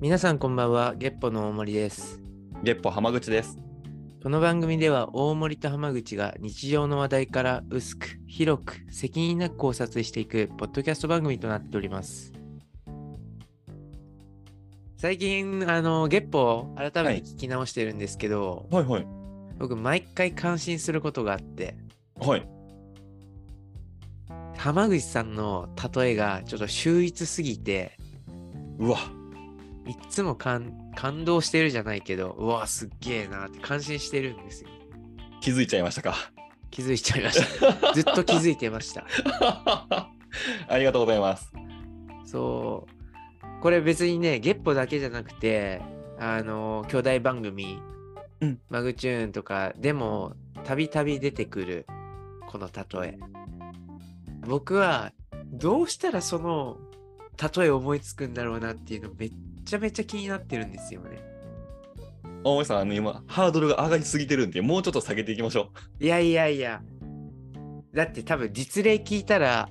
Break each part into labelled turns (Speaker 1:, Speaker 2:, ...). Speaker 1: 皆さんこんばんは、ゲッポの大森です。
Speaker 2: ゲッポ浜口です。
Speaker 1: この番組では大森と浜口が日常の話題から薄く、広く、責任なく考察していくポッドキャスト番組となっております。最近、あの、ゲッポを改
Speaker 2: は
Speaker 1: め
Speaker 2: い
Speaker 1: て聞き直してるんですけど、
Speaker 2: はいはい。
Speaker 1: 僕毎回感心することがあって、
Speaker 2: はい。
Speaker 1: 浜口さんの例えがちょっと秀逸すぎて、
Speaker 2: うわ、
Speaker 1: いっつも感感動してるじゃないけど、うわ、すっげえなって感心してるんですよ。
Speaker 2: 気づいちゃいましたか。
Speaker 1: 気づいちゃいました。ずっと気づいてました。
Speaker 2: ありがとうございます。
Speaker 1: そう。これ別にね、ゲッポだけじゃなくて、あの、兄弟番組、
Speaker 2: うん
Speaker 1: マグチューンとかでも、たびたび出てくる、この例え。僕は、どうしたらその、例え思いつくんだろうなっていうの、めっちゃめちゃ気になってるんですよね。
Speaker 2: 大森さん、あの今、ハードルが上がりすぎてるんで、もうちょっと下げていきましょ
Speaker 1: いやいやいや。だって多分実例聞いたら、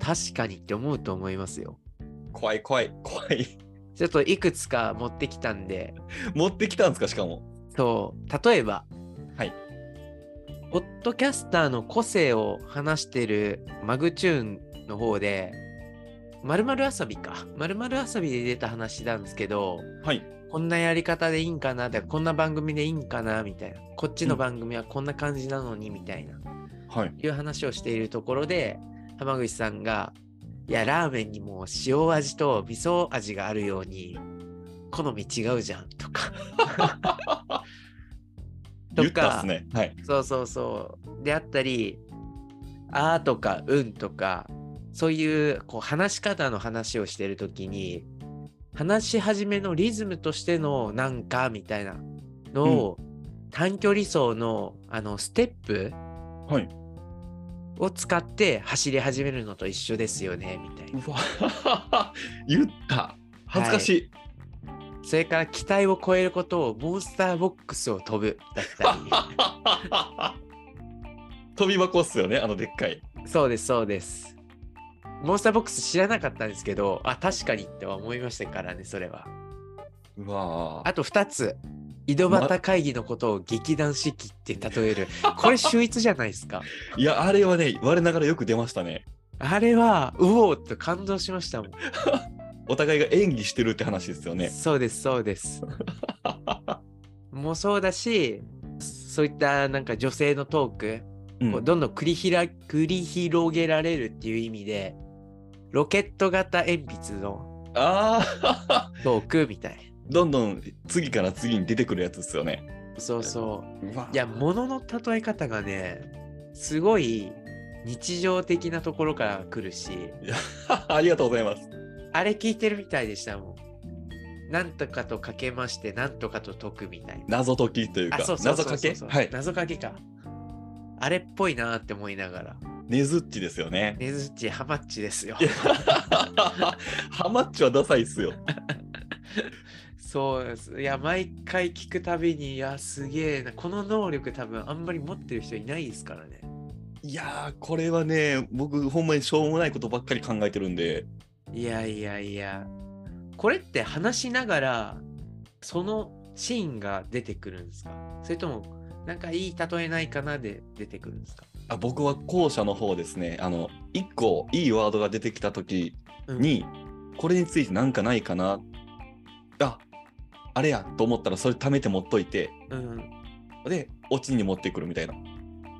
Speaker 1: 確かにって思うと思いますよ。
Speaker 2: う。怖い怖い怖い。
Speaker 1: ちょっといくつか持ってきたんで、
Speaker 2: 持ってきたんですか、しかも。
Speaker 1: そう、例えば、
Speaker 2: はい。
Speaker 1: ポッドキャスターの個性を話してるマグチューンの方で、まるまる遊びか。まるまる遊びで出た話なんですけど、
Speaker 2: はい。
Speaker 1: こんなやり方でいいんかなとか、こんな番組でいいんかなみたいな。こっちの
Speaker 2: うん
Speaker 1: 番組はこんな感じなのにみたいな。
Speaker 2: はい。
Speaker 1: いう話をしているところで浜口さんが「いやラーメンにも塩味と味噌味があるように好み違うじゃん」とか。と
Speaker 2: 言ったっ
Speaker 1: か、
Speaker 2: すね。はい。
Speaker 1: そうそうそうであったり「あー」とか「うん」とかそういうこう話し方の話をしてる時に話し始めのリズムとしてのなんかみたいなのを、短距離走のあのステップ
Speaker 2: はい。
Speaker 1: を使って走り始めるのと一緒ですよねみたいうな
Speaker 2: わ、 言った。恥ずかしい。
Speaker 1: それから期待を超えることをモンスターボックスを飛ぶだ った
Speaker 2: 飛び箱っすよね、あのでっかい。
Speaker 1: りそうですそうですモンスターボックス知らなかったんですけどあ確かにっては思いましたからねそれは
Speaker 2: うわ
Speaker 1: あと2つ井戸端会議のことを劇団四季って例え る、これ秀逸じゃないですか
Speaker 2: いや、あれはね、我ながらよく出ましたね。
Speaker 1: あれはうおーっと感動しましたもん、
Speaker 2: お互いが演技してるって話ですよね。
Speaker 1: そうですそう ですもうそうだしそういったなんか女性のトーク
Speaker 2: うん
Speaker 1: こうどんどん繰りひら繰り広げられるっていう意味でロケット型鉛筆の
Speaker 2: ああ
Speaker 1: トークみたい
Speaker 2: どんどん次から次に出てくるやつですよね。
Speaker 1: なそうそう
Speaker 2: うわ
Speaker 1: いや物の例え方がねすごい日常的なところから来るし
Speaker 2: ありがとうございます。
Speaker 1: あれ聞いてるみたいでしたもんなんとかとかけましてなんとかと解くみたいな
Speaker 2: 謎解きというか
Speaker 1: あそうそうそ
Speaker 2: 謎
Speaker 1: うそう
Speaker 2: かけはい
Speaker 1: 謎かけかあれっぽいなって思いながら
Speaker 2: ネズッチですよね。
Speaker 1: ねずっちハマッチですよ
Speaker 2: いや ハマッチはダサいっすよ。
Speaker 1: そうです。いや、毎回聞くたびに、いや、すげえな。この能力多分あんまり持ってる人いないですからね。
Speaker 2: いやーこれはね僕ほんまにしょうもないことばっかり考えてるんで
Speaker 1: いやいやいや。これって話しながら、そのシーンが出てくるんですかそれとも、なんかいい例えないかなで出てくるんですか、
Speaker 2: あ僕は後者の方ですねあの1個いいワードが出てきた時
Speaker 1: うん、
Speaker 2: に、これについてなんかないかなああれやと思ったらそれ貯めて持っといて
Speaker 1: うん。
Speaker 2: でオチに持ってくるみたいな。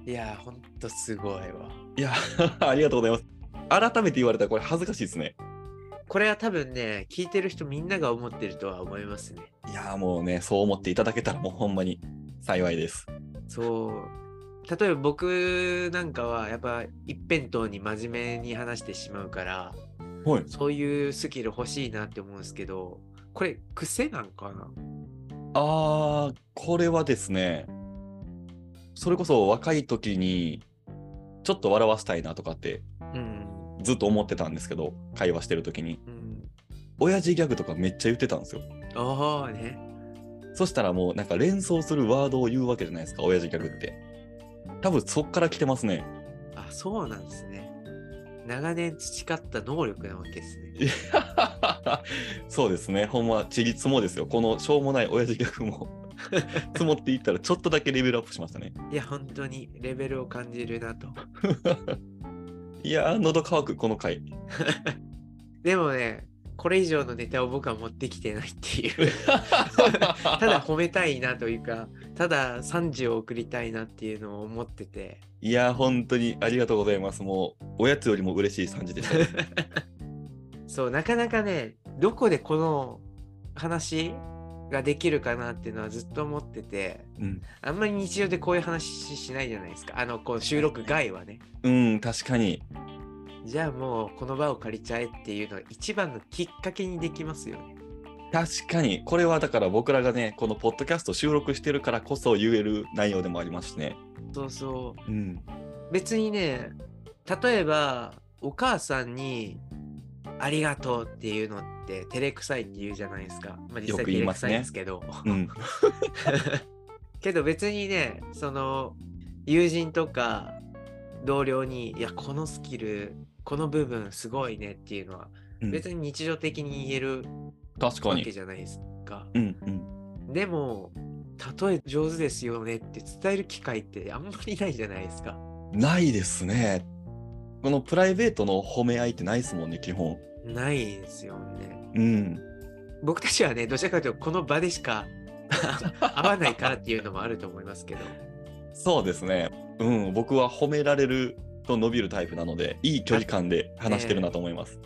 Speaker 1: いや、ほんとすごいわ。
Speaker 2: いや、 ありがとうございます。改めて言われたらこれ恥ずかしいですね。
Speaker 1: これは多分ね、聞いてる人みんなが思ってるとは思いますね。
Speaker 2: いや、もうね、そう思っていただけたらもうほんまに幸いです。
Speaker 1: そう例えば僕なんかはやっぱ一辺倒に真面目に話してしまうから
Speaker 2: はい。
Speaker 1: そういうスキル欲しいなって思うんですけどこれ癖なんかな
Speaker 2: あー、これはですね、それこそ若い時に、ちょっと笑わせたいなとかって
Speaker 1: うん、
Speaker 2: ずっと思ってたんですけど、会話してる時に。
Speaker 1: うん、
Speaker 2: 親父ギャグとかめっちゃ言ってたんですよ。
Speaker 1: ああね
Speaker 2: そしたらもうなんか連想するワードを言うわけじゃないですか、親父ギャグって。多分そっから来てますね。
Speaker 1: あそうなんですね長年培った能力なわけですね
Speaker 2: いや そうですね、ほんま、ちりつもですよ。このしょうもない親父ギャグも積もっていったら、ちょっとだけレベルアップしましたね。
Speaker 1: いや、本当にレベルを感じるなと。
Speaker 2: いやー、喉乾く、この回。
Speaker 1: でもね、これ以上のネタを僕は持ってきてないって いう。ただ、褒めたいなというか、ただ賛辞を送りたいなっていうのを思って て。
Speaker 2: いやー、本当にありがとうございます。もう、おやつよりも嬉しい感じでしたね。
Speaker 1: そう、なかなかね、どこでこの話ができるかなっていうのはずっと思ってて、
Speaker 2: うん、
Speaker 1: あんまり日常でこういう話ししないじゃないですか。あの、こう収録外はね。
Speaker 2: うん、確かに。
Speaker 1: じゃあもうこの場を借りちゃえっていうのが一番のきっかけにできますよね。
Speaker 2: 確かに。これはだから僕らがね、このポッドキャスト収録してるからこそ言える内容でもありますしね。
Speaker 1: そうそう。
Speaker 2: うん。
Speaker 1: 別にね、例えばお母さんにありがとうっていうのって照れくさいって言うじゃないですか。まあ、実
Speaker 2: よ
Speaker 1: 際
Speaker 2: く
Speaker 1: 照
Speaker 2: 言い
Speaker 1: れ
Speaker 2: ま
Speaker 1: く
Speaker 2: す
Speaker 1: さ
Speaker 2: ね
Speaker 1: いんですけど。
Speaker 2: うん。
Speaker 1: けど別にね、その友人とか同僚に、いや、このスキル、この部分すごいねっていうのは
Speaker 2: うん
Speaker 1: 別に日常的に言える
Speaker 2: 確か
Speaker 1: わけ
Speaker 2: に。
Speaker 1: じゃないですか。
Speaker 2: うんうん。
Speaker 1: でも、例え上手ですよねって伝える機会ってあんまりないじゃないですか。
Speaker 2: ないですね。このプライベートの褒め合いってないですもんね、基本。
Speaker 1: ないんですよね。
Speaker 2: うん。
Speaker 1: 僕たちはね、どちらかというとこの場でしか 会わないからっていうのもあると思いますけど。
Speaker 2: そうですね。うん。僕は褒められると伸びるタイプなので、いい距離感で話してるなと思います。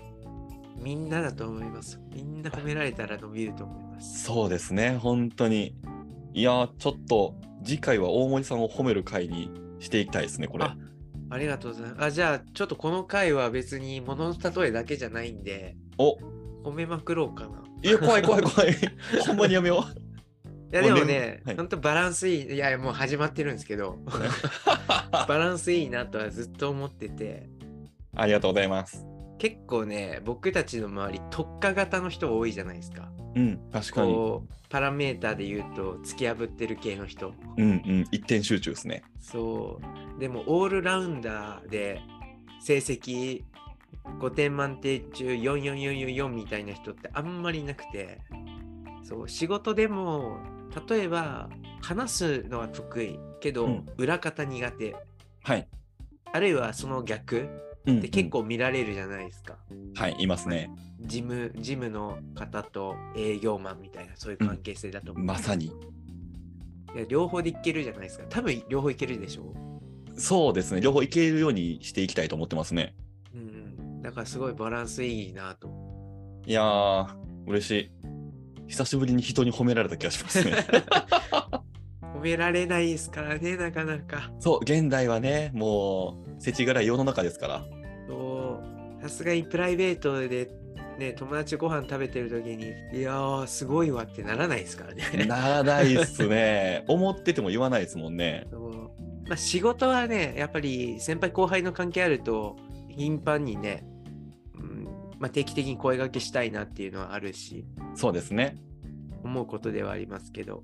Speaker 1: みんなだと思います。みんな褒められたら伸びると思います。
Speaker 2: そうですね、本当に。いやー、ちょっと次回は大森さんを褒める回にしていきたいですね、これ。
Speaker 1: あありがとうございます。あじゃあ、ちょっとこの回は別に物の例えだけじゃないんで、
Speaker 2: お
Speaker 1: 褒めまくろうかな。
Speaker 2: いや、怖い怖い怖 い。ほんまにやめよう。
Speaker 1: いやでもね、
Speaker 2: はい
Speaker 1: ほんとバランスいい、いやもう始まってるんですけ ど、バランスいいなとはずっと思ってて、
Speaker 2: ありがとうございます。
Speaker 1: 結構ね、僕たちの周り、特化型の人多いじゃないですか。
Speaker 2: うん、確かに。
Speaker 1: こう、パラメーターで言うと、突き破ってる系の人。
Speaker 2: うんうん、一点集中ですね。
Speaker 1: そう。でも、オールラウンダーで、成績5点満点中44444みたいな人ってあんまりいなくて、そう、仕事でも、例えば、話すのは得意、けど、
Speaker 2: うん
Speaker 1: 裏方苦手。
Speaker 2: はい。
Speaker 1: あるいはその逆
Speaker 2: うん
Speaker 1: って結、構見られるじゃないですか。
Speaker 2: うんはい、いますね。
Speaker 1: 事務事務の方と営業マンみたいなそういう関係性だと思う、
Speaker 2: まさに。
Speaker 1: いや両方でいけるじゃないですか多分両方いけるでしょ
Speaker 2: そうですね、両方いけるようにしていきたいと思ってますね。
Speaker 1: う、うん、だからすごいバランスいいなと
Speaker 2: いやー、嬉しい。久しぶりに人に褒められた気がします ね。
Speaker 1: 褒められないですからねなかなか
Speaker 2: そう、現代はね、もう、世知辛い世の中ですから。
Speaker 1: そうさすがにプライベートでね友達ご飯食べてる時にいやーすごいわってならないですからね
Speaker 2: ならないっすね。思ってても言わないですもんね。
Speaker 1: そうまあ、仕事はねやっぱり先輩後輩の関係あると頻繁にね、うんまあ、定期的に声掛けしたいなっていうのはあるし
Speaker 2: そうですね。
Speaker 1: 思うことではありますけど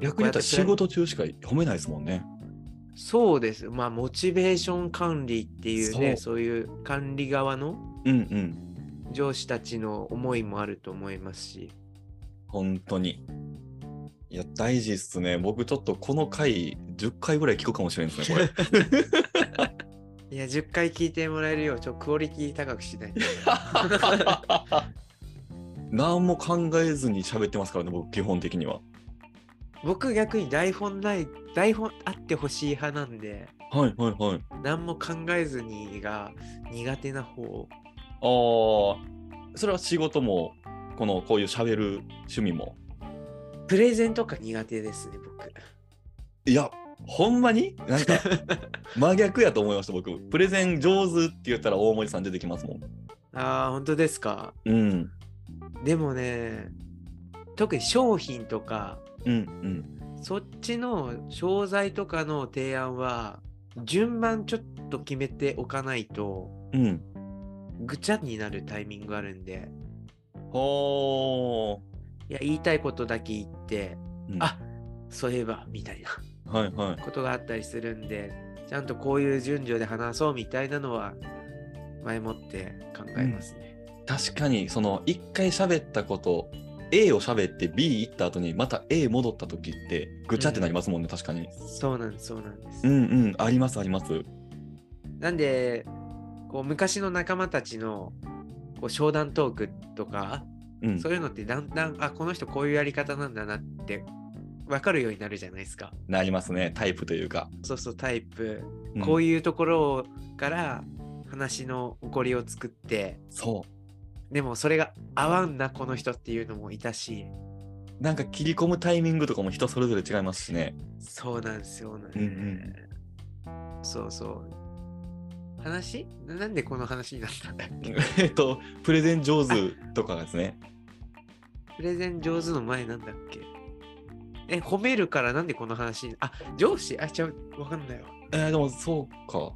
Speaker 2: 逆に言ったら仕事中しか褒めないですもんね。
Speaker 1: そうですまあモチベーション管理っていうね
Speaker 2: そ
Speaker 1: そういう管理側の
Speaker 2: うんうん。
Speaker 1: 上司たちの思いもあると思いますし
Speaker 2: 本当に。いや、大事っすね。僕ちょっとこの回、10回ぐらい聞くかもしれないですね、こ れ。
Speaker 1: いや10回聞いてもらえるようちょっとクオリティ高くしないと
Speaker 2: 何も考えずに喋ってますからね、僕、基本的には。
Speaker 1: 僕逆に台本ない台本あってほしい派なんで
Speaker 2: はいはいはい。
Speaker 1: 何も考えずにが苦手な方
Speaker 2: ああ、それは仕事も、この、こういう喋る趣味も。
Speaker 1: プレゼンとか苦手ですね僕
Speaker 2: いや、ほんまになん か、真逆やと思いました、僕。プレゼン上手って言ったら大森さん出てきますもん。
Speaker 1: ああ本当ですか
Speaker 2: うん。
Speaker 1: でもね特に商品とか
Speaker 2: うんうん。
Speaker 1: そっちの商材とかの提案は順番ちょっと決めておかないと
Speaker 2: うん。
Speaker 1: ぐちゃになるタイミングあるんで
Speaker 2: ほ
Speaker 1: いや言いたいことだけ言って
Speaker 2: ー。うん
Speaker 1: あそういえばみたいな
Speaker 2: はいはい。
Speaker 1: ことがあったりするんでちゃんとこういう順序で話そうみたいなのは前もって考えますね、
Speaker 2: 確かにその一回喋ったこと A を喋って B 行った後にまた A 戻った時ってぐちゃってなりますもんね、確かに
Speaker 1: そうなんですそうなんです
Speaker 2: う。んうんありますあります
Speaker 1: なんでこう昔の仲間たちのこう商談トークとか、
Speaker 2: うん
Speaker 1: そういうのってだんだんあこの人こういうやり方なんだなって分かるようになるじゃないですか。
Speaker 2: なりますねタイプというか、
Speaker 1: そうそうタイプ、
Speaker 2: うん
Speaker 1: こういうところから話の起こりを作って
Speaker 2: そう
Speaker 1: でもそれが合わんなこの人っていうのもいたし
Speaker 2: なんか切り込むタイミングとかも人それぞれ違いますしね。
Speaker 1: そうなんですよね、
Speaker 2: うんうん
Speaker 1: そうそう話ななんでこの話になったんだっけ
Speaker 2: えっと、プレゼン上手とかがですね。
Speaker 1: プレゼン上手の前なんだっけえ褒めるからなんでこの話にあ上司あちゃうわかんないわ
Speaker 2: えー、でもそうか。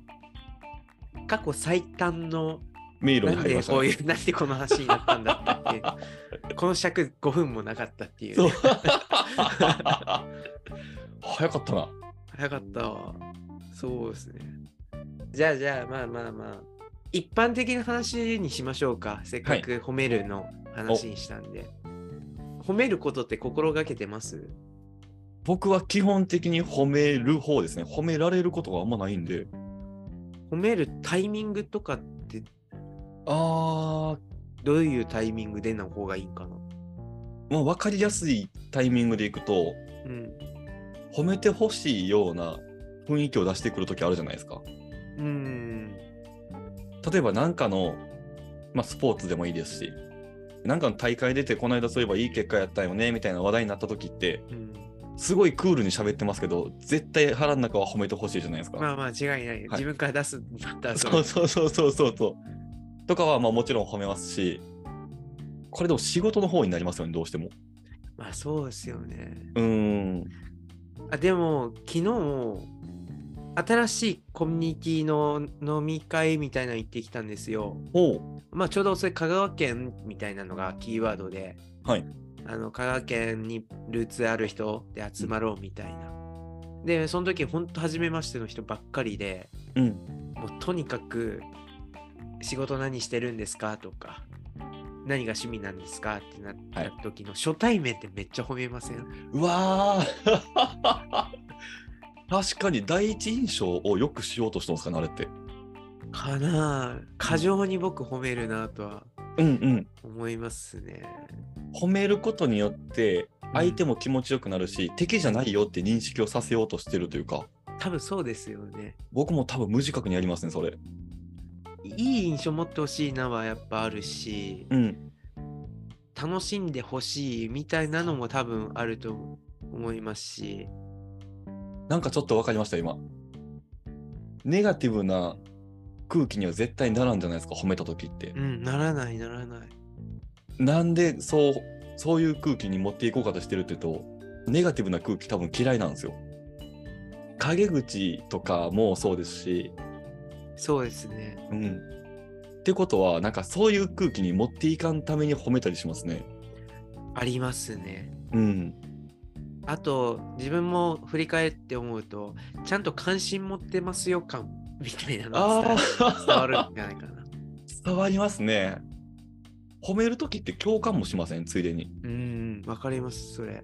Speaker 1: 過去最短の
Speaker 2: 迷路
Speaker 1: な
Speaker 2: に
Speaker 1: ん
Speaker 2: 入り
Speaker 1: で
Speaker 2: ました、
Speaker 1: こう
Speaker 2: ね。
Speaker 1: いう なんでこの話になったんだったっけこの尺5分もなかったっていうね、
Speaker 2: そう 早かったな。
Speaker 1: 早かったわそうですねじゃあじゃあまあまあまあ一般的な話にしましょうかせっかく褒めるの話にしたんで、褒めることって心がけてます
Speaker 2: 僕は基本的に褒める方ですね。褒められることがあんまないんで。
Speaker 1: 褒めるタイミングとかって
Speaker 2: あー、
Speaker 1: どういうタイミングでの方がいいかな
Speaker 2: もう分かりやすいタイミングでいくと、
Speaker 1: うん
Speaker 2: 褒めてほしいような雰囲気を出してくるときあるじゃないですか。
Speaker 1: うん
Speaker 2: 例えば何かの、まあ、スポーツでもいいですし何かの大会出てこの間そういえばいい結果やったよねみたいな話題になった時って
Speaker 1: うん
Speaker 2: すごいクールに喋ってますけど絶対腹の中は褒めてほしいじゃないですか。
Speaker 1: まあまあ違いない、自分から出すんだったら
Speaker 2: そう
Speaker 1: そ
Speaker 2: そうそうそうそうそう。とかはまあもちろん褒めますしこれでも仕事の方になりますよねどうしても。
Speaker 1: まあそうですよね
Speaker 2: うーん
Speaker 1: あでも昨日新しいコミュニティの飲み会みたいなの行ってきたんですよ。
Speaker 2: ほう
Speaker 1: まあちょうどそれ香川県みたいなのがキーワードで、
Speaker 2: はい
Speaker 1: あの香川県にルーツある人で集まろうみたいな。でその時ほんと初めましての人ばっかりで
Speaker 2: うん
Speaker 1: もうとにかく仕事何してるんですかとか何が趣味なんですかってなった時の初対面ってめっちゃ褒めません
Speaker 2: うわー 確かに第一印象を良くしようとしてますかねあれって。
Speaker 1: かなあ過剰に僕褒めるなとは
Speaker 2: うんうん
Speaker 1: 思いますね。
Speaker 2: 褒めることによって相手も気持ちよくなるし、敵じゃないよって認識をさせようとしてるというか
Speaker 1: 多分そうですよね。
Speaker 2: 僕も多分無自覚にやりますねそれ
Speaker 1: いい印象持ってほしいなはやっぱあるし、
Speaker 2: うん
Speaker 1: 楽しんでほしいみたいなのも多分あると思いますし、
Speaker 2: なんかちょっと分かりました今ネガティブな空気には絶対ならんじゃないですか褒めた時って
Speaker 1: う、ん、ならないならない。
Speaker 2: なんでそうそういう空気に持っていこうかとしてるって言うとネガティブな空気多分嫌いなんですよ陰口とかもそうですし
Speaker 1: そうですね。
Speaker 2: うんってことはなんかそういう空気に持っていかんために褒めたりしますね
Speaker 1: ありますね。
Speaker 2: うん
Speaker 1: あと、自分も振り返って思うと、ちゃんと関心持ってますよ感みたいなのが伝わる
Speaker 2: あ
Speaker 1: 伝わるんじゃないかな。
Speaker 2: 伝わりますね。褒めるときって共感もしません、ついでに。
Speaker 1: うん、わかります、それ。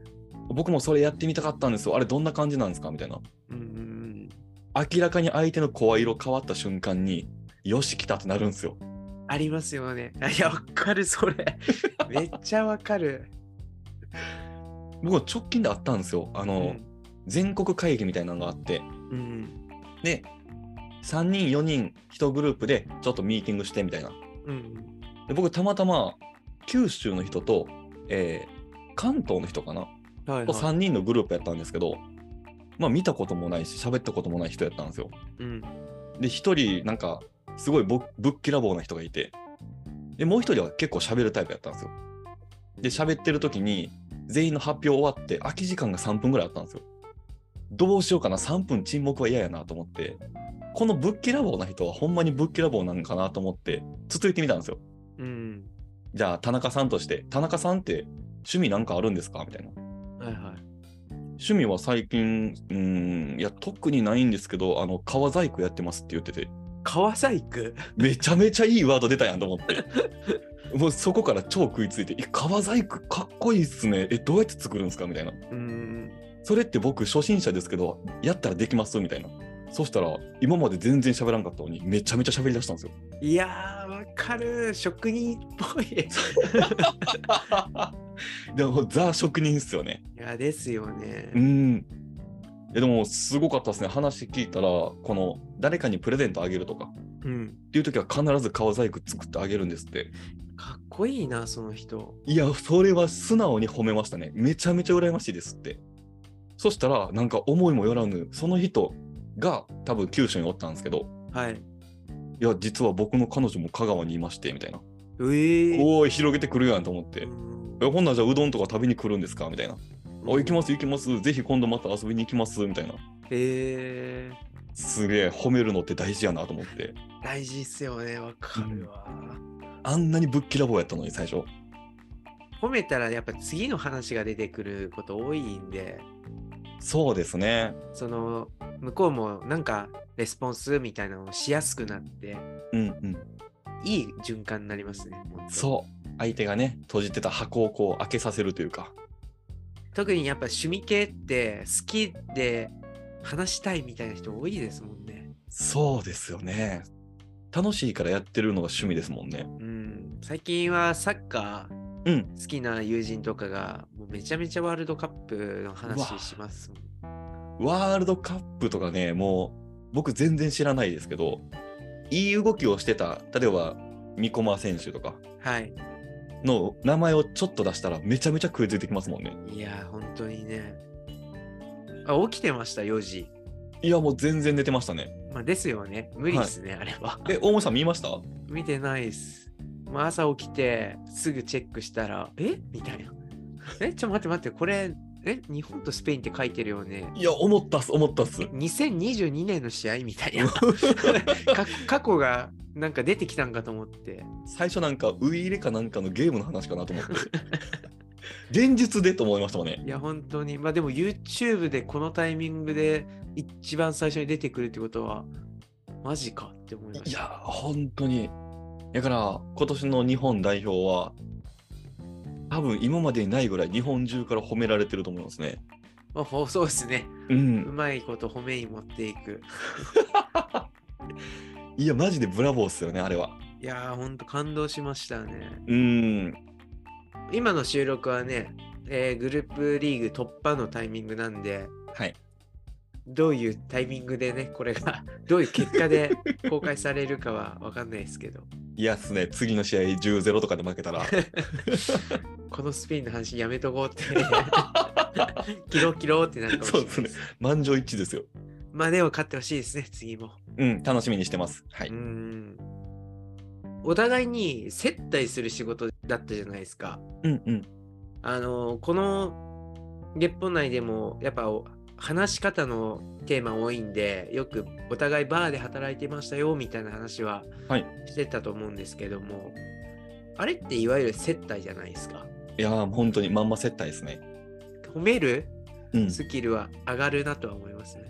Speaker 2: 僕もそれやってみたかったんですよ。あれどんな感じなんですかみたいな。
Speaker 1: うんうんうん。
Speaker 2: 明らかに相手の声色変わった瞬間に、よし、来たってなるんですよ。
Speaker 1: ありますよね。あいや、わかる、そ れ。めっちゃわかる。
Speaker 2: 僕も直近であったんですよ。あ
Speaker 1: う
Speaker 2: の、
Speaker 1: ん
Speaker 2: 全国会議みたいなのがあって。
Speaker 1: うん。
Speaker 2: で、3人、4人、1グループでちょっとミーティングしてみたいな。
Speaker 1: うん。
Speaker 2: で僕、たまたま九州の人と、えー関東の人かな。
Speaker 1: はい、は
Speaker 2: と3人のグループやったんですけど、まあ見たこともないし、喋ったこともない人やったんですよ。
Speaker 1: い。うん。
Speaker 2: で一人なんかすごいぼぶっきらぼうな人がいてでもう一人は結構喋るタイプやったんですよで喋ってる時に全員の発表終わって空き時間が3分ぐらいあったんですよどうしようかな3分沈黙は嫌やなと思ってこのぶっきらぼうな人はほんまにぶっきらぼうなんかなと思って続いてみたんですよ
Speaker 1: うん。
Speaker 2: じゃあ田中さんとして田中さんって趣味なんかあるんですかみたいな
Speaker 1: はいはい。
Speaker 2: 趣味は最近うーんいや特にないんですけどあの革細工やってますって言ってて
Speaker 1: 川細工
Speaker 2: めちゃめちゃいいワード出たやんと思って。もうそこから超食いついて「え革細工かっこいいっすねえどうやって作るんですか?」みたいな
Speaker 1: うん
Speaker 2: 「それって僕初心者ですけどやったらできます?」みたいなそしたら今まで全然喋らんかったのにめちゃめちゃ喋りだしたんですよ。
Speaker 1: いやーわかる職人っぽいい
Speaker 2: でもザ職人っすよね。
Speaker 1: やですよね
Speaker 2: うんえでもすごかったですね話聞いたらこの誰かにプレゼントあげるとか
Speaker 1: うん
Speaker 2: っていう時は必ず革細工作ってあげるんですって
Speaker 1: かっこいいなその人
Speaker 2: いやそれは素直に褒めましたねめちゃめちゃ羨ましいですってそしたらなんか思いもよらぬその人が多分九州におったんですけど
Speaker 1: はい
Speaker 2: いや実は僕の彼女も香川にいましてみたいな
Speaker 1: うえー
Speaker 2: おおい広げてくるやんと思って
Speaker 1: うん
Speaker 2: えほんならじゃあうどんとか食べに来るんですかみたいなあ行きます行きますぜひ今度また遊びに行きますみたいな
Speaker 1: えー
Speaker 2: すげえ褒めるのって大事やなと思って
Speaker 1: 大事っすよねわかるわ、
Speaker 2: あんなにぶっきらぼうやったのに最初。
Speaker 1: 褒めたらやっぱ次の話が出てくること多いんで
Speaker 2: そうですね。
Speaker 1: その向こうもなんかレスポンスみたいなのをしやすくなって
Speaker 2: うんうん。
Speaker 1: いい循環になりますね本当
Speaker 2: そう。相手がね、閉じてた箱をこう開けさせるというか。
Speaker 1: 特にやっぱ趣味系って好きで話したいみたいな人多いですもんね
Speaker 2: そうですよね。楽しいからやってるのが趣味ですもんね。
Speaker 1: うん最近はサッカー
Speaker 2: うん。
Speaker 1: 好きな友人とかがもうめちゃめちゃワールドカップの
Speaker 2: うわ
Speaker 1: 話しますもん
Speaker 2: ワールドカップとかね、もう僕全然知らないですけど、いい動きをしてた、例えば三笘選手とか
Speaker 1: はい
Speaker 2: の名前をちょっと出したらめちゃめちゃ食いついてきますもんね。
Speaker 1: いやー本当にねあ起きてました4時、
Speaker 2: いや、もう全然寝てましたね。
Speaker 1: まあ、ですよね無理ですね、あれは
Speaker 2: え、大森さん見ました
Speaker 1: 見てないっす。まあ、朝起きてすぐチェックしたら、えみたいな。 えちょっと待って待って、これ、え日本とスペインって書いてるよね。
Speaker 2: いや、思ったっす、思ったっす
Speaker 1: え。2022年の試合みたいなか過去がなんか出てきたんかと思って
Speaker 2: 最初なんかウイイレかなんかのゲームの話かなと思って現実でと思いましたもんね
Speaker 1: いや本当にまあでも YouTube でこのタイミングで一番最初に出てくるってことはマジかって思いま
Speaker 2: い
Speaker 1: した
Speaker 2: やー本当にだから今年の日本代表は多分今までにないぐらい日本中から褒められてると思いますね
Speaker 1: まあほ そうですね
Speaker 2: う
Speaker 1: うんまいこと褒めに持っていく
Speaker 2: いやマジでブラボーっすよねあれはい
Speaker 1: やー本当感動しましたね
Speaker 2: うん
Speaker 1: 今の収録はね、えーグループリーグ突破のタイミングなんで、
Speaker 2: はい
Speaker 1: どういうタイミングでね、これ が、どういう結果で公開されるかは分かんないですけど、
Speaker 2: いやっすね次の試合10-0とかで負けたら
Speaker 1: このスピンの話やめと こうって、キロキロってなるかもしれない
Speaker 2: そう
Speaker 1: で。
Speaker 2: です満場一致ですよ
Speaker 1: まあでも勝ってほしいですね、次も。
Speaker 2: うん楽しみにしてますは
Speaker 1: う
Speaker 2: い
Speaker 1: ーん。お互いに接待する仕事だったじゃないですか。
Speaker 2: うんうん
Speaker 1: あのこの月本内でもやっぱお話し方のテーマ多いんでよくお互いバーで働いてましたよみたいな話は
Speaker 2: はい
Speaker 1: してたと思うんですけども、あれっていわゆる接待じゃないですか
Speaker 2: いやー本当にまんま接待ですね
Speaker 1: 褒める
Speaker 2: うん
Speaker 1: スキルは上がるなとは思いますね、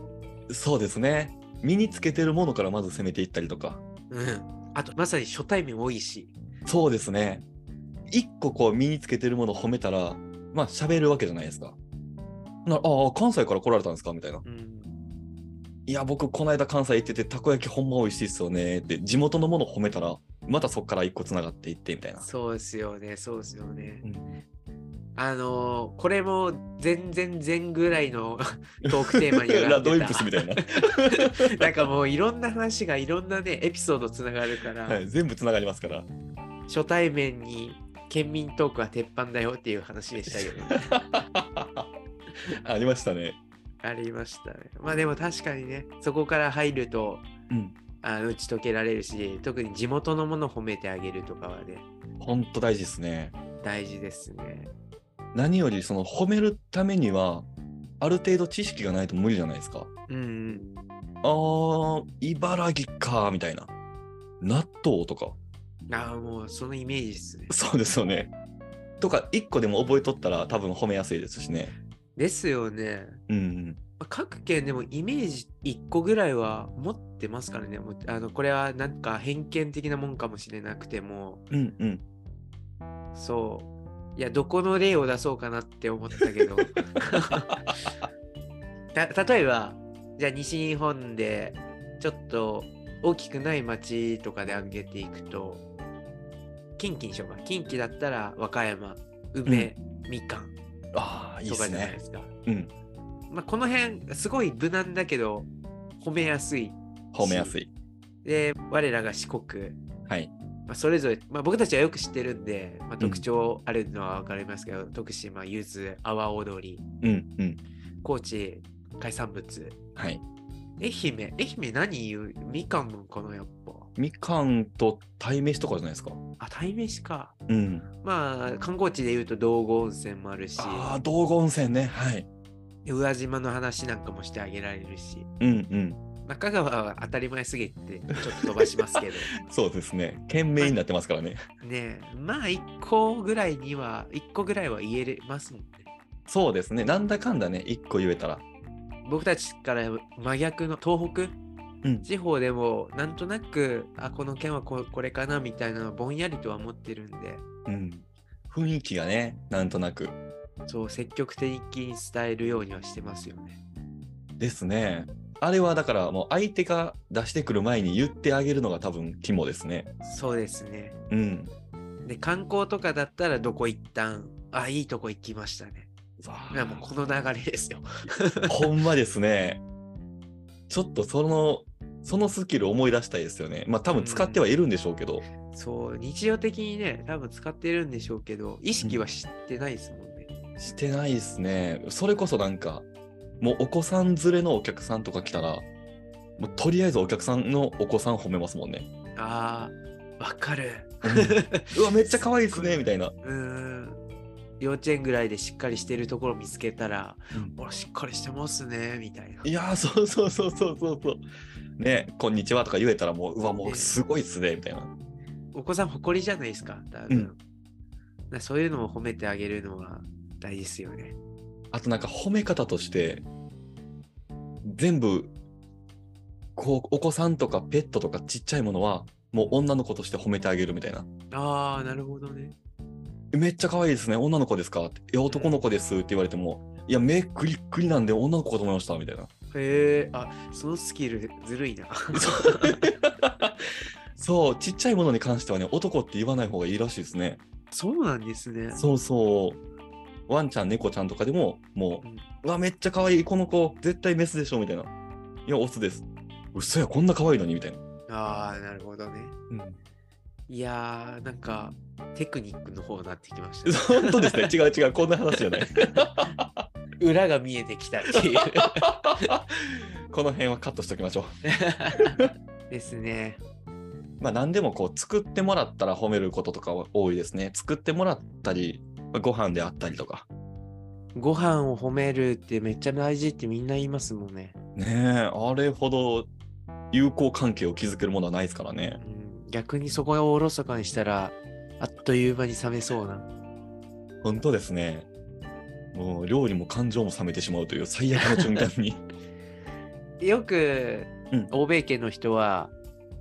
Speaker 2: そうですね。身につけてるものからまず攻めていったりとか。
Speaker 1: うん、あとまさに初対面多いし
Speaker 2: そうですね。一個こう身につけてるものを褒めたら、まあ喋るわけじゃないですか。なああ、関西から来られたんですかみたいな。
Speaker 1: うん
Speaker 2: いや、僕、この間関西行ってて、たこ焼きほんま美味しいっすよねって、地元のものを褒めたら、またそこから一個つながっていってみたいな。
Speaker 1: そうですよね、そうですよね。
Speaker 2: うん
Speaker 1: あのーこれも全然前ぐらいの トークテーマに上が
Speaker 2: ラ
Speaker 1: っ
Speaker 2: ドイッ
Speaker 1: て
Speaker 2: プスみたいな。
Speaker 1: た。なんかもういろんな話がいろんなね、エピソードつながるから、
Speaker 2: はい、全部つながりますから。
Speaker 1: 初対面に県民トークは鉄板だよっていう話でしたけど、 ね、
Speaker 2: ありましたね。
Speaker 1: ありましたね。まあでも確かにね、そこから入ると、
Speaker 2: うん。
Speaker 1: あの打ち解けられるし、特に地元のもの褒めてあげるとかはね、
Speaker 2: ほんと大事ですね。
Speaker 1: 大事ですね。
Speaker 2: 何より、その褒めるためには、ある程度知識がないと無理じゃないですか。
Speaker 1: うん
Speaker 2: あー、茨城か、みたいな。納豆とか。
Speaker 1: うん。ああ、もうそのイメージですね。
Speaker 2: そうですよね。とか、一個でも覚えとったら多分褒めやすいですしね。
Speaker 1: ですよね。
Speaker 2: うん
Speaker 1: まあ各県でもイメージ1個ぐらいは持ってますからね。もうあのこれはなんか偏見的なもんかもしれなくても、
Speaker 2: うん。うんうん。
Speaker 1: そう。いや、どこの例を出そうかなって思ったけ ど。た例えば、じゃあ西日本でちょっと大きくない町とかで挙げていくと、近畿にしようか。近畿だったら和歌山、梅、みかん
Speaker 2: ああ、いい
Speaker 1: と
Speaker 2: で
Speaker 1: か
Speaker 2: す
Speaker 1: じゃない
Speaker 2: ね
Speaker 1: で。すか。
Speaker 2: うん。
Speaker 1: まあ、この辺、すごい無難だけど、褒めやすい。
Speaker 2: 褒めやすい。
Speaker 1: で、我らが四国、
Speaker 2: はい。
Speaker 1: まあ、それぞれ、まあ、僕たちはよく知ってるんで、まあ、特徴あるのは分かりますけど、徳島、ゆず、阿波踊り、
Speaker 2: うんうん。
Speaker 1: 高知、海産物、
Speaker 2: はい。
Speaker 1: 愛媛、愛媛何言うみかんなんかな、やっぱ。
Speaker 2: みかんと鯛めしとかじゃないですか。
Speaker 1: あ、鯛めしか。
Speaker 2: うん。
Speaker 1: まあ、観光地で言うと道後温泉もあるし、
Speaker 2: ああ、道後温泉ね。はい。
Speaker 1: で宇和島の話なんかもしてあげられるし、
Speaker 2: うんうん。
Speaker 1: 中川は当たり前すぎて、ちょっと飛ばしますけど。
Speaker 2: そうですね。県名になってますか らね。
Speaker 1: ねえまあ一個ぐらいには一個ぐらいは言えれますもんね
Speaker 2: そうですね。なんだかんだね、一個言えたら。
Speaker 1: 僕たちから真逆の東北、
Speaker 2: うん
Speaker 1: 地方でもなんとなくあこの県はここれかなみたいなのぼんやりとは思ってるんで
Speaker 2: うん。雰囲気がね、なんとなく。
Speaker 1: そう積極的に伝えるようにはしてますよね
Speaker 2: ですね。あれはだからもう相手が出してくる前に言ってあげるのが多分肝ですね。
Speaker 1: そうですね
Speaker 2: うん。
Speaker 1: で観光とかだったらどこ行ったんあいいとこ行きましたねいやもうこの流れですよ
Speaker 2: ほんまですね。ちょっとその、そのスキル思い出したいですよね。まあ多分使ってはいるんでしょうけど。
Speaker 1: そう日常的にね多分使ってるんでしょうけど意識は知ってないですもんね、
Speaker 2: してないですね。それこそなんか、もうお子さん連れのお客さんとか来たら、もうとりあえずお客さんのお子さん褒めますもんね。
Speaker 1: あーわかる
Speaker 2: うわ、めっちゃ可愛いですね、みたいな。
Speaker 1: うーん幼稚園ぐらいでしっかりしてるところ見つけたら「あしっかりしてますね」みたいない
Speaker 2: やー、そうそうそうそうそうそう。ね、こんにちはとか言えたらもう、うわ、もうすごいっすね、みたいな。
Speaker 1: お子さん誇りじゃないですか多分、
Speaker 2: うん
Speaker 1: だからそういうのも褒めてあげるのは大事ですよね
Speaker 2: あとなんか褒め方として、全部、こう、お子さんとかペットとかちっちゃいものは、もう女の子として褒めてあげるみたいな。
Speaker 1: ああなるほどね
Speaker 2: えめっちゃ可愛いですね、女の子ですかって、いや、男の子ですって言われても、いや、目くりっくりなんで女の子かと思いました、みたいな。
Speaker 1: へえあそのスキルずるいな
Speaker 2: そう、ちっちゃいものに関してはね、男って言わない方がいいらしいですね。
Speaker 1: そうなんですね
Speaker 2: そうそう。ワンちゃん、猫ちゃんとかでも、も
Speaker 1: うん
Speaker 2: う、うわ、めっちゃ可愛い、この子、絶対メスでしょ、みたいな。いや、オスです。嘘や、こんな可愛いのに、みたいな。
Speaker 1: ああなるほどねいやーなんかテクニックの方になってきました、ね、
Speaker 2: 本当ですね、違う違う、こんな話じゃない。
Speaker 1: 裏が見えてきたっていう
Speaker 2: この辺はカットしておきましょう。
Speaker 1: ですね
Speaker 2: まあ、何でもこう作ってもらったら褒めることとかは多いですね。作ってもらったり、まあご飯であったりとか。
Speaker 1: ご飯を褒めるってめっちゃ大事ってみんな言いますもんね。
Speaker 2: ねえ、あれほど友好関係を築けるものはないですからね。
Speaker 1: うん、逆にそこをおろそかにしたら、あっという間に冷めそうな。
Speaker 2: 本当ですね。もう料理も感情も冷めてしまうという最悪の瞬間に。
Speaker 1: よく、
Speaker 2: うん
Speaker 1: 欧米圏の人は、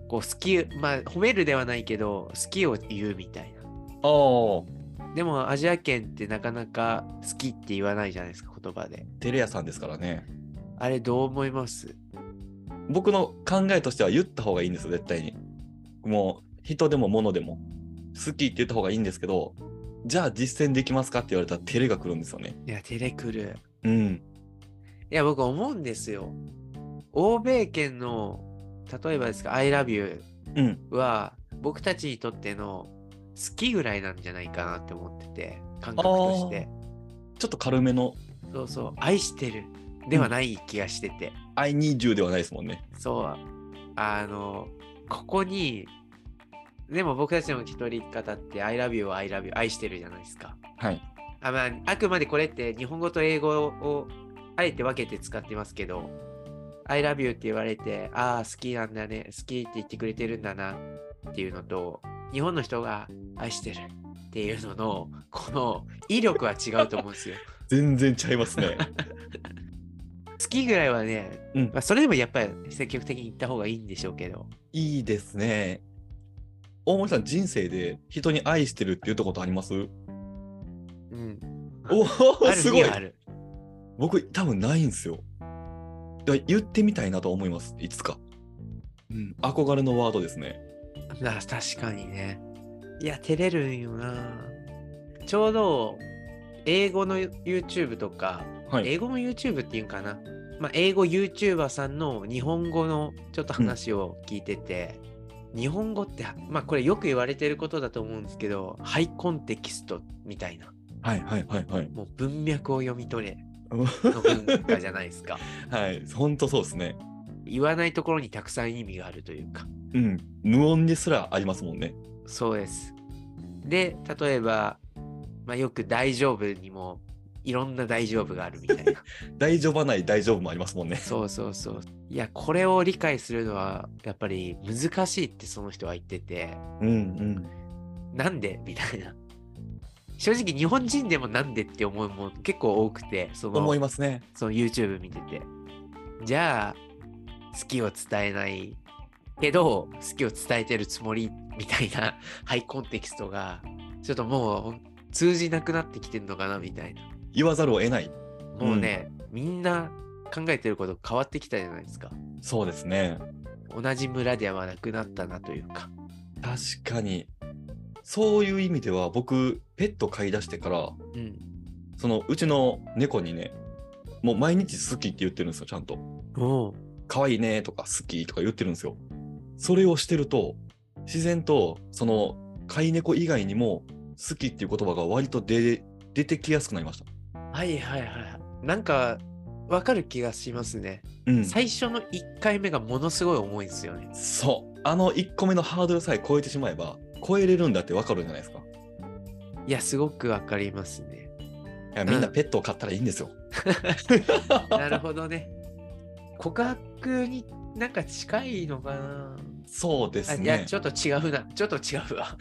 Speaker 1: こう好き、まあ褒めるではないけど、好きを言うみたいな。
Speaker 2: ああ、
Speaker 1: でもアジア圏ってなかなか好きって言わないじゃないですか、言葉で。
Speaker 2: テレ屋さんですからね。
Speaker 1: あれどう思います
Speaker 2: 僕の考えとしては言った方がいいんですよ、絶対に。もう人でも物でも。好きって言った方がいいんですけど、じゃあ実践できますかって言われたらテレが来るんですよね。
Speaker 1: いや、照れくる。
Speaker 2: うん。
Speaker 1: いや、僕思うんですよ。欧米圏の、例えばですか、I love you
Speaker 2: うん。
Speaker 1: は僕たちにとっての好きぐらいなんじゃないかなって思ってて感覚
Speaker 2: あー
Speaker 1: として
Speaker 2: ちょっと軽めの
Speaker 1: そうそう愛してるではない気がしてて、
Speaker 2: I need you ではないですもんね。
Speaker 1: そうあのここにでも僕たちの一人方って「I love you」は「I love you」愛してるじゃないですか
Speaker 2: はい。
Speaker 1: あ,、まあ、あくまでこれって日本語と英語をあえて分けて使ってますけど「I love you」って言われて「ああ好きなんだね好き」って言ってくれてるんだなっていうのと日本の人が「愛してる」っていうののこの威力は違うと思うんですよ。
Speaker 2: 全然ちゃいます ね。
Speaker 1: 好きぐらいはね、
Speaker 2: うん
Speaker 1: まあ、それでもやっぱり積極的に行った方がいいんでしょうけど
Speaker 2: いいですね。大森さん、人生で人に愛してるって言ったことありま す
Speaker 1: うん。
Speaker 2: お
Speaker 1: あ
Speaker 2: お、
Speaker 1: る
Speaker 2: すご
Speaker 1: に
Speaker 2: い
Speaker 1: はある。
Speaker 2: 僕、多分ないんですよ。だから言ってみたいなと思います、いつか。うん、憧れのワードですね。
Speaker 1: あ確かにね。いや、照れるんよな。ちょうど、英語の YouTube とか、
Speaker 2: はい。
Speaker 1: 英語の YouTube っていうんかな。まあ、英語 YouTuber さんの日本語のちょっと話を聞いてて、日本語って、まあこれよく言われてることだと思うんですけど、ハイコンテキストみたいな、
Speaker 2: はいはいはいはい。
Speaker 1: もう文脈を読み取れ
Speaker 2: うん
Speaker 1: の文化じゃないですか。
Speaker 2: はい、本当そうですね。
Speaker 1: 言わないところにたくさん意味があるというか。
Speaker 2: うん、無音ですらありますもんね。
Speaker 1: そうです。で、例えば、まあ、よく大丈夫にもいろんな大丈夫があるみたい な。
Speaker 2: 大丈夫はない大丈夫もありますもんね。
Speaker 1: そうそうそう。いや、これを理解するのはやっぱり難しいってその人は言ってて、
Speaker 2: うんうん。
Speaker 1: なんでみたいな。正直日本人でもなんでって思うもん結構多くて、その
Speaker 2: 思いますね。
Speaker 1: その YouTube 見てて。じゃあ、好きを伝えないけど、好きを伝えてるつもりみたいな ハイコンテキストが、ちょっともう通じなくなってきてるのかなみたいな。
Speaker 2: 言わざるを得ない。
Speaker 1: もうね、みんな考えてること変わってきたじゃないですか。
Speaker 2: そうですね。
Speaker 1: 同じ村ではなくなったなというか。
Speaker 2: 確かに。そういう意味では僕ペット飼い出してから
Speaker 1: うん。
Speaker 2: そのうちの猫にねもう毎日好きって言ってるんですよちゃんと
Speaker 1: おう
Speaker 2: 可愛いねとか好きとか言ってるんですよそれをしてると自然とその飼い猫以外にも好きっていう言葉が割と出出てきやすくなりました、
Speaker 1: はいはいはい。なんか、わかる気がしますね。
Speaker 2: うん、
Speaker 1: 最初の1回目がものすごい重いんですよね。
Speaker 2: そうあの1個目のハードルさえ超えてしまえば超えれるんだって分かるじゃないですか
Speaker 1: いや、すごくわかりますね。
Speaker 2: いやみんなペットを飼ったらいいんですよ、
Speaker 1: なるほどね。告白になんか近いのかな、
Speaker 2: そうで
Speaker 1: あ
Speaker 2: す
Speaker 1: いや、
Speaker 2: ね
Speaker 1: ちょっと違うな。ちょっと違うわ。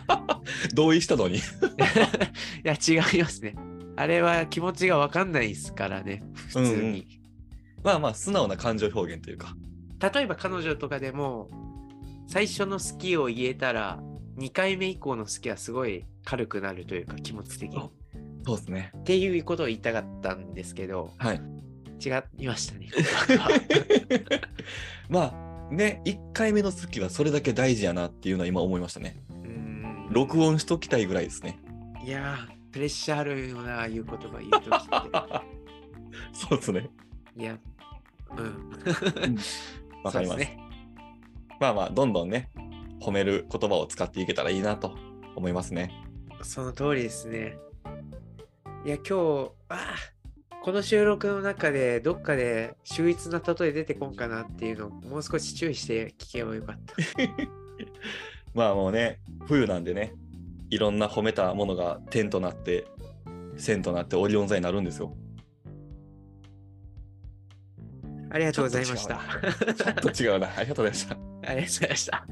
Speaker 2: 同意したのに
Speaker 1: いや、違いますね。あれは気持ちがわかんないですからね。普通に。
Speaker 2: うんうんまあまあ素直な感情表現というか
Speaker 1: 例えば彼女とかでも、最初の好きを言えたら、2回目以降の好きはすごい軽くなるというか、気持ち的に。
Speaker 2: あそうです ね
Speaker 1: っていうことを言いたかったんですけど、
Speaker 2: はい
Speaker 1: 違いま したね。告白は
Speaker 2: まあね1回目の好きはそれだけ大事やなっていうのは今思いましたね
Speaker 1: うん
Speaker 2: 録音しときたいぐらいですね
Speaker 1: いやー、プレッシャーあるよな、ああいう言葉言うときって。
Speaker 2: そうですね
Speaker 1: いや、うん。
Speaker 2: わかります
Speaker 1: そうですね。
Speaker 2: まあまあどんどんね褒める言葉を使っていけたらいいなと思いますね
Speaker 1: その通りですね。いや、今日、ああこの収録の中で、どっかで秀逸な例え出てこんかなっていうのを、もう少し注意して聞けばよかった。
Speaker 2: まあもうね冬なんでねいろんな褒めたものが点となって線となってオリオン座になるんですよ
Speaker 1: ありがとうございました。
Speaker 2: ちょっと違うなありがとうございました
Speaker 1: ありがとうございました。